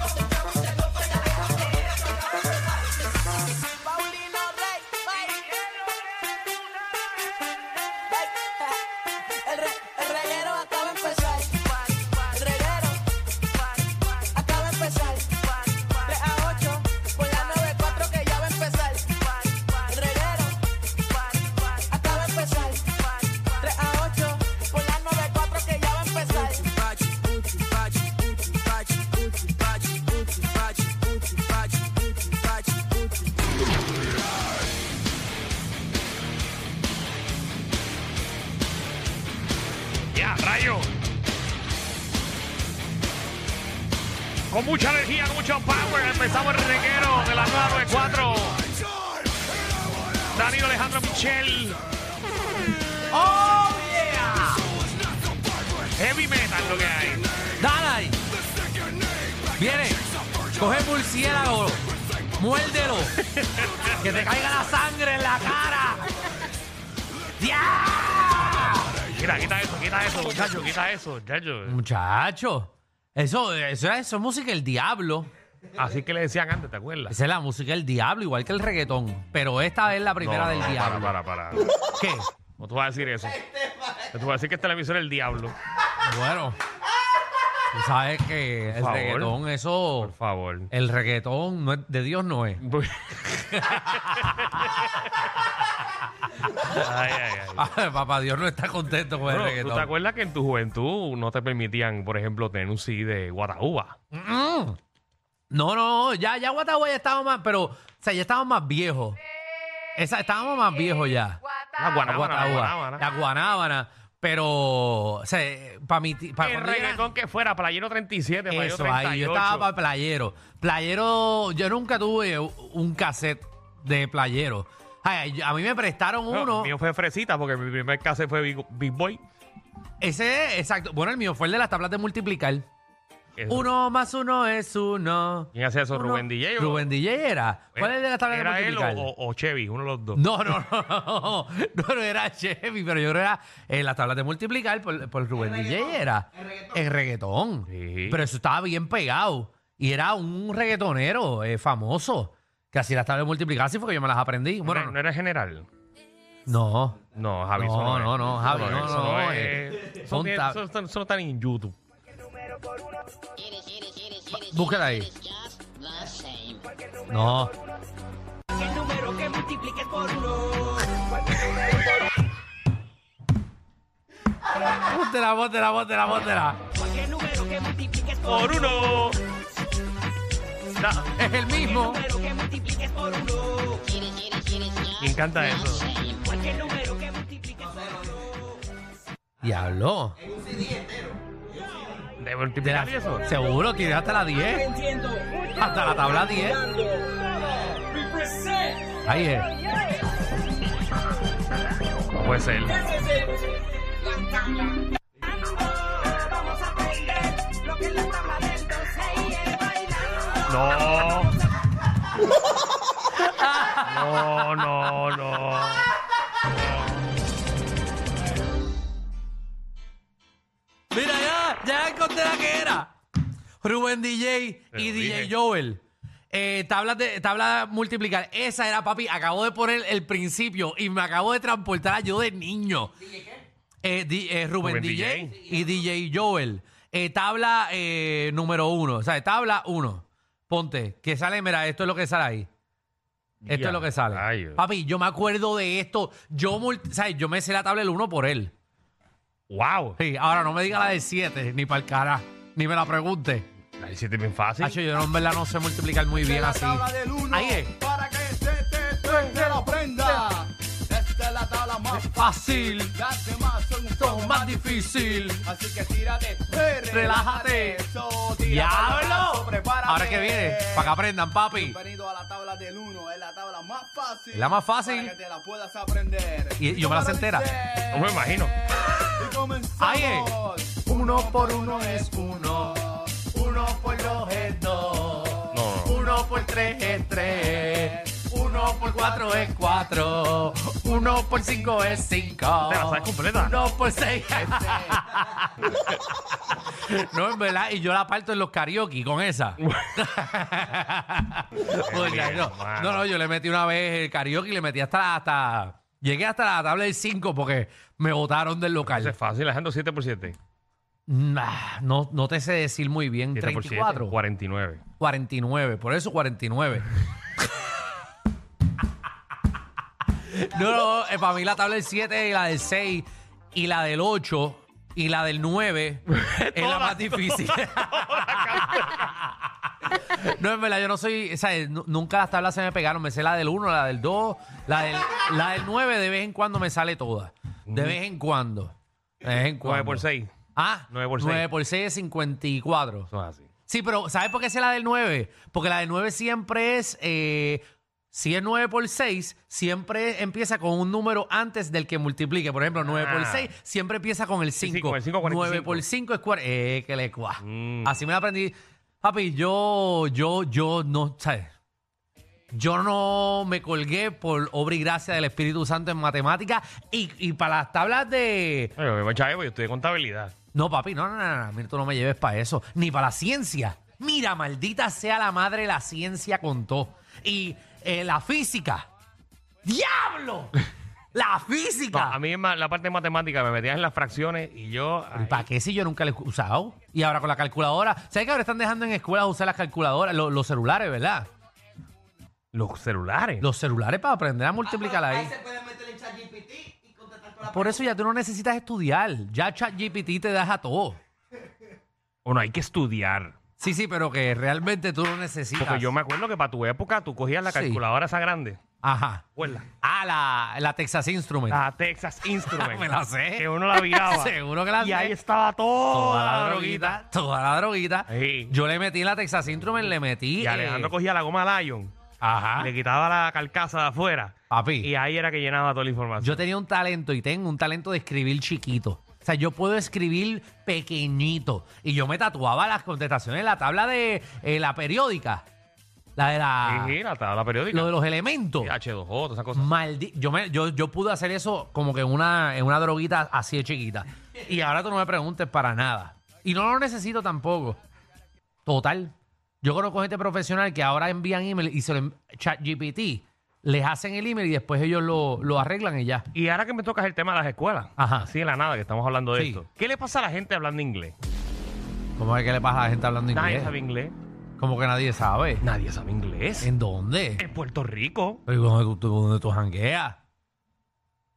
Buchan, Michel López y Alejandro Giles, esto acaba de empezar. Paulino Rey, El, re, el reguero acaba de empezar. El reguero acaba de empezar. 3 a 8 por la 94 que ya va a empezar. El reguero acaba de empezar. 3 a 8 por la 94 que ya va a empezar. ¡Ya, rayo! Con mucha energía, con mucho power, empezamos el reguero de la 994. Danilo Alejandro Michel. ¡Oh, yeah! Heavy metal lo que hay. Dale ahí. Viene. Coge murciélago. Muérdelo. Que te caiga la sangre en la cara. ¡Ya! Mira, quita eso, quita eso, muchacho, quita eso, muchacho. Muchacho. Eso, eso, era- eso es música del diablo. Así que le decían antes, ¿te acuerdas? Esa es la música del diablo, igual que el reggaetón. Pero esta es la primera No, del no, diablo. Este Para, para, para. ¿Qué? No te vas a decir eso. Tú vas a decir que esta es la emisora del diablo. Bueno. Tú sabes que el favor. reggaetón, Por eso. favor. El reggaetón no es- de Dios no es. ay, ay, ay. Ah, papá Dios no está contento con el Bueno, ¿Tú te reggaetón. acuerdas que en tu juventud no te permitían, por ejemplo, tener un CD de Guataúba? Mm. No, no, ya, ya Guatagua ya estaba más, pero, o sea, ya estábamos más viejos. Esa, estábamos más viejos ya. La La Guanábana. la Guatagua, Guanábana. Ah, la Guanábana. Pero, o sea, para mi ti- pa' El cuando yo era- reggaetón que fuera, Playero 37, Playero Eso, ahí, yo 38. estaba para playero. Playero, yo nunca tuve un cassette de playero. Ay, ay, a mí me prestaron No, uno. el mío fue Fresita porque mi primer cassette fue Big, Big Boy. Ese, exacto. Bueno, el mío fue el de las tablas de multiplicar. Eso. Uno más uno es uno. ¿Quién hacía eso? Uno. ¿Rubén DJ? o- Eh, Rubén DJ era. ¿Cuál es el de las tablas de ¿Era él multiplicar? o, o Chevy? Uno de los dos. No, no, no, no, no, no era Chevy, pero yo creo que era eh, las tablas de multiplicar por, por Rubén DJ era el reggaetón. Sí. Pero eso estaba bien pegado y era un reggaetonero eh, famoso que hacía las tablas de multiplicar, así fue que yo me las aprendí. Bueno, Bueno, no, era general. no, No, Javi. No, eso es. no, no, Javi, Eso no, es, no, eso no, es. eh, Eso son ni- tab- eso- eso- eso no está ni en YouTube. búscala ahí. No, El número que multipliques por uno. bótela, bótela, bótela, bótela. Cualquier número que multipliques por Por uno. uno. Da- Es el mismo. Número que multipliques por uno. Me encanta eso. Cualquier número que multipliques por uno. Diablo. De De la- multiplicar y eso. seguro, tiene hasta la 10. Entiendo. Hasta la tabla 10. Ahí es. No puede ser. Vamos a aprender lo que es la tabla del 12 y el bailando. No. No, no, no. Mira, ya, ya encontré la que era. Rubén DJ Te y lo DJ dije. Joel. Eh, tablas de, tabla multiplicar. Esa era, papi. Acabo de poner el principio y me acabo de transportar a yo de niño. Eh, di- eh, Rubén, Rubén DJ, DJ. y DJ Joel. Eh, tabla eh, número uno. O sea, tabla uno. Ponte, que sale, mira, esto es lo que sale ahí. Esto es lo que sale. Ay, Papi, yo me acuerdo de esto. Yo, multi- ¿sabes? yo me sé la tabla del 1 por él. wow. Sí, ahora no me diga la del 7, ni para el cara, ni me la pregunte. La del 7 es bien fácil. Hacho, yo no, en verdad no sé multiplicar muy bien la así. tabla del uno Ahí es. para que se te tuerce la prenda. Esta es la tabla más Fácil, Las demás son un poco son más difícil. Así que tírate, eh, Relájate. Eso, tira para el brazo, ¡Diablo! prepárate. Ahora que viene, para que aprendan, papi. Bienvenido a la tabla del 1, es la tabla más fácil. Es la más fácil. Para que te la puedas aprender. Y- y yo me la sé Número entera. dieciséis. No me imagino. Y comenzamos. Ahí Uno por uno es uno. Uno por dos es dos. No, no, Uno por tres es tres. Uno por cuatro es cuatro. Uno por cinco es cinco. Te la sabes completa. Uno por seis. no, en verdad, y yo la parto en los karaoke con esa. Porque no, no, no, yo le metí una vez el karaoke y le metí hasta hasta. Llegué hasta la tabla del 5 porque me botaron del Eso local. es fácil, Alejandro, 7 por 7. Nah, no, no te sé decir muy bien. 7 por 7. 34. 49. 49, por eso 49. no, no, eh, para mí la tabla del 7 y la del 6 y la del 8 y la del 9 es la Todas, más difícil. no, en verdad, yo no soy, o sea, eh, nu- nunca las tablas se me pegaron, me sé la del 1, la del 2, la del, la del 9 de vez en cuando me sale toda. De vez en cuando. De vez en cuando. 9 por 6. Ah, 9 por 6. 9 por 6 es 54. Eso es así. Sí, pero ¿sabes por qué es la del 9? Porque la del 9 siempre es. eh, si es 9 por 6, siempre empieza con un número antes del que multiplique. Por ejemplo, 9 por Ah. 6 siempre empieza con el 5. con el cinco, 9 45. por 5 es 40. Eh, que le cua. Mm. Así me la aprendí. Papi, yo, yo, yo no, ¿sabes? Yo no me colgué por obra y gracia del Espíritu Santo en matemáticas y, y para las tablas de... Ay, yo me chavo, yo estudié contabilidad. No, papi, no, no, no, no, mira, tú no me lleves para eso, ni para la ciencia. Mira, maldita sea la madre, la ciencia contó. Y eh, la física. ¡Diablo! ¡La No, física! a mí en ma- la parte de matemática me metían en las fracciones y yo. ¿Y ¿Para qué si yo nunca la he usado? Y ahora con la calculadora. ¿Sabes que ahora están dejando en escuelas usar las calculadoras, lo- los celulares, verdad? Los celulares. Los celulares para aprender a multiplicar ahí. Por eso ya tú no necesitas estudiar. Ya ChatGPT te das a todo. Bueno, hay que estudiar. Sí, sí, pero que realmente tú no necesitas. Porque yo me acuerdo que para tu época tú cogías la Sí. calculadora esa grande. Ajá. ¿Recuerdas? Ah, la, la Texas Instrument. La Texas Instrument. Me la sé. Que uno la viraba. Seguro que la Y sé. ahí estaba toda, la droguita. Toda la droguita. Sí. Yo le metí en la Texas Instrument, le metí. Y Alejandro eh, cogía la goma Lion. Ajá. y Le quitaba la carcasa de afuera. Papi. Y ahí era que llenaba toda la información. Yo tenía un talento y tengo un talento de escribir chiquito. O sea, yo puedo escribir pequeñito. Y yo me tatuaba las contestaciones en la tabla de eh, la periódica. La de la. Sí, sí, la tabla periódica. Ah. Lo Mm. de los elementos. H2O, todas esas cosas. Maldi yo, me, yo, yo pude hacer eso como que en una, en una droguita así de chiquita. Y ahora tú no me preguntes para nada. Y no lo necesito tampoco. Total. Yo conozco gente profesional que ahora envían email y se lo en- ChatGPT. Les hacen el email y después ellos lo, lo arreglan y ya. Y ahora que me tocas el tema de las escuelas. Ajá. Así de la nada que estamos hablando de Sí. esto. ¿Qué le pasa a la gente hablando inglés? ¿Cómo es que le pasa a la gente hablando Nadie inglés? sabe inglés. Como que nadie sabe. Nadie sabe inglés. ¿En dónde? En Puerto Rico. Pero ¿y ¿Dónde tú, dónde tú jangueas?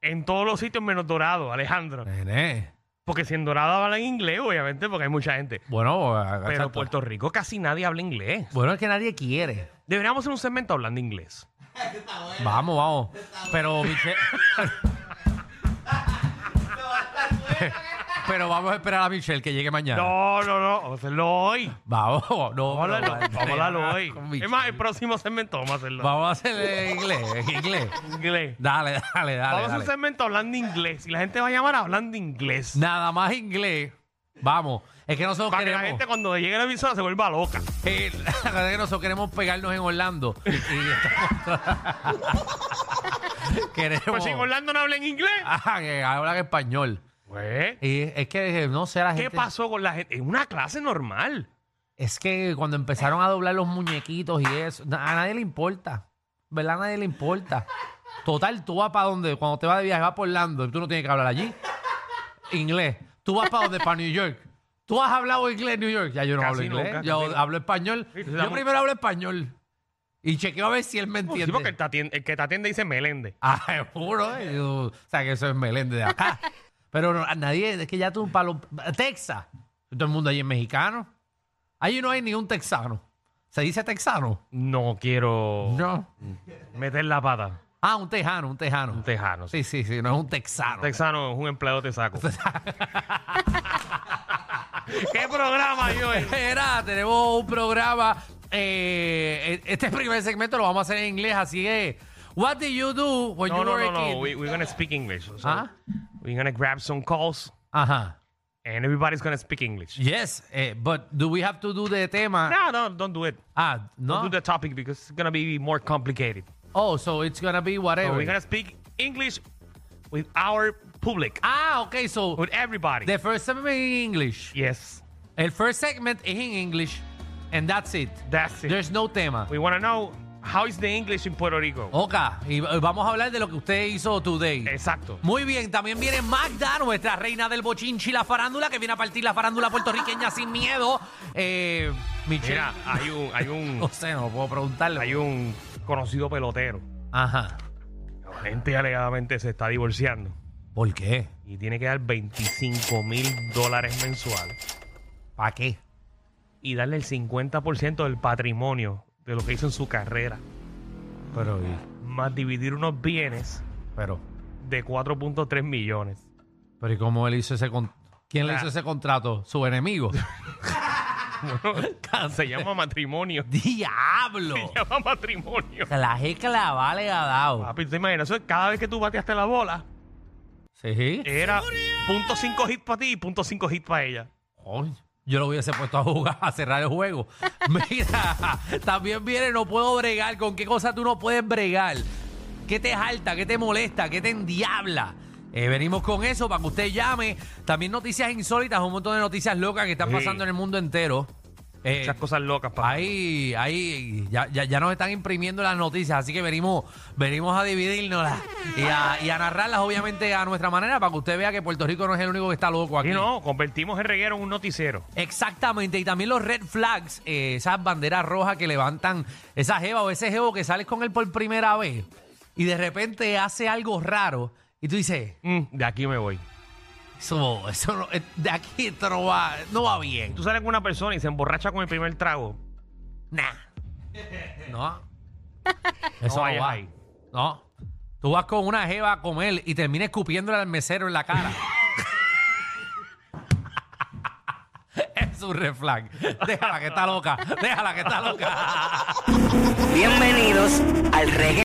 En todos los sitios menos Dorado, Alejandro. Eh. Nene. Porque si en Dorado hablan inglés, obviamente, porque hay mucha gente. Bueno, Pero en exacto. Puerto Rico casi nadie habla inglés. bueno, es que nadie quiere. Deberíamos hacer un segmento hablando inglés. Vamos, vamos. Pero, Michelle- Pero vamos a esperar a Michelle que llegue mañana. No, no, no. Vamos a hacerlo hoy. Vamos, Ah. no. Vamos a no, hablarlo, no, vamos a hablarlo hoy. con Es Michelle. más, el próximo segmento vamos a hacerlo. Vamos a hacer inglés, inglés. Inglés. Dale, dale, vamos a dale. hacer un dale. segmento hablando inglés. Y la gente va a llamar hablando inglés. Nada más inglés. Vamos. Es que nosotros Para que la queremos. gente cuando llegue la emisora se vuelva loca. Eh, la verdad es que nosotros queremos pegarnos en Orlando. Y estamos- queremos. Pues si en Orlando no habla en inglés. Ajá, que hablan español. Pues, Y es que eh, no sé, la ¿Qué gente. pasó con la gente? Es una clase normal. Es que cuando empezaron a doblar los muñequitos y eso, na- a nadie le importa. ¿Verdad? A nadie le importa. Total, tú vas para donde, cuando te vas de viaje, vas por Orlando, tú no tienes que hablar allí. Inglés. Tú vas para donde, para New York. Tú has hablado inglés en New York. Ya yo no Casi hablo inglés. nunca, yo casi nunca. hablo español. Sí, tú Yo estás muy- primero hablo español. Y chequeo a ver si él me Sí, porque el, entiende. te atien- el que te atiende dice Melende. Ah, juro. eh, yo- o sea, que eso es Melende de acá. Pero no, a nadie, es que ya tú palo. Texas. Todo el mundo allí es mexicano. Allí no hay ni un texano. ¿Se dice texano? No quiero No. meter la pata. Ah, un tejano, un tejano. Un tejano. sí. Sí, sí, sí, no es un texano. Texano es un empleado de saco. ¿Qué programa, Joel? Era, tenemos un programa. eh, este primer segmento lo vamos a hacer en inglés, así que. What did you do when No, you no, were no, a kid? no. We, we're gonna speak English. So Ah. We're gonna grab some calls Ajá. and everybody's gonna speak English. Yes, eh, but do we have to do the tema? No, no, don't do it. Ah, no. Don't do the topic because it's gonna be more complicated. Oh, so it's gonna be So whatever. we're gonna speak English with our public, Ah, okay, so with everybody. the first segment in English. yes, El first segment is in English, and that's it. that's it. There's no tema. we wanna know how is the English in Puerto Rico. Ok, y eh, vamos a hablar de lo que usted hizo today. Exacto. Muy bien, también viene Magda, nuestra reina del bochinchi y la farándula, que viene a partir la farándula puertorriqueña sin miedo. Eh, Michelle. Mira, hay un, hay no un, sé, no puedo preguntarle. hay un conocido pelotero. Ajá. La gente alegadamente se está divorciando ¿Por qué? y tiene que dar 25 mil dólares mensuales ¿Para qué? y darle el 50% del patrimonio de lo que hizo en su carrera, Pero, más dividir unos bienes pero, de 4.3 millones. pero ¿y cómo él hizo ese con- ¿Quién le Ah. hizo ese contrato? ¿Su enemigo? Se llama matrimonio. ¡Diablo! Se llama matrimonio. La jecla vale ha dado. Papi, ¿te imaginas? Eso es cada vez que tú bateaste la bola, Sí. era punto .5 hit para ti y punto .5 hit para ella. Coño, Yo lo hubiese puesto a jugar, a cerrar el juego. Mira, también viene, no puedo bregar. ¿Con qué cosa tú no puedes bregar? ¿Qué te jalta? ¿Qué te molesta? ¿Qué te endiabla? Eh, venimos con eso para que usted llame. También noticias insólitas, un montón de noticias locas que están Sí. pasando en el mundo entero. Eh, Muchas cosas locas, papi. Ahí, ahí, ya, ya, ya nos están imprimiendo las noticias, así que venimos, venimos a dividirnoslas y a, y a narrarlas, obviamente, a nuestra manera, para que usted vea que Puerto Rico no es el único que está loco aquí. Y no, convertimos el reguero en un noticiero. Exactamente, y también los red flags, eh, esas banderas rojas que levantan esa jeva o ese jevo que sales con él por primera vez y de repente hace algo raro y tú dices, Mm, de aquí me voy. eso, eso no- eh, de aquí esto no va, no va bien. Tú sales con una persona y se emborracha con el primer trago. Nah. No. Eso no, vayas va. ahí. No. Tú vas con una jeva a comer y terminas escupiéndole al mesero en la cara. es un red flag. Déjala que está loca. Déjala que está loca. Bienvenidos al reguero.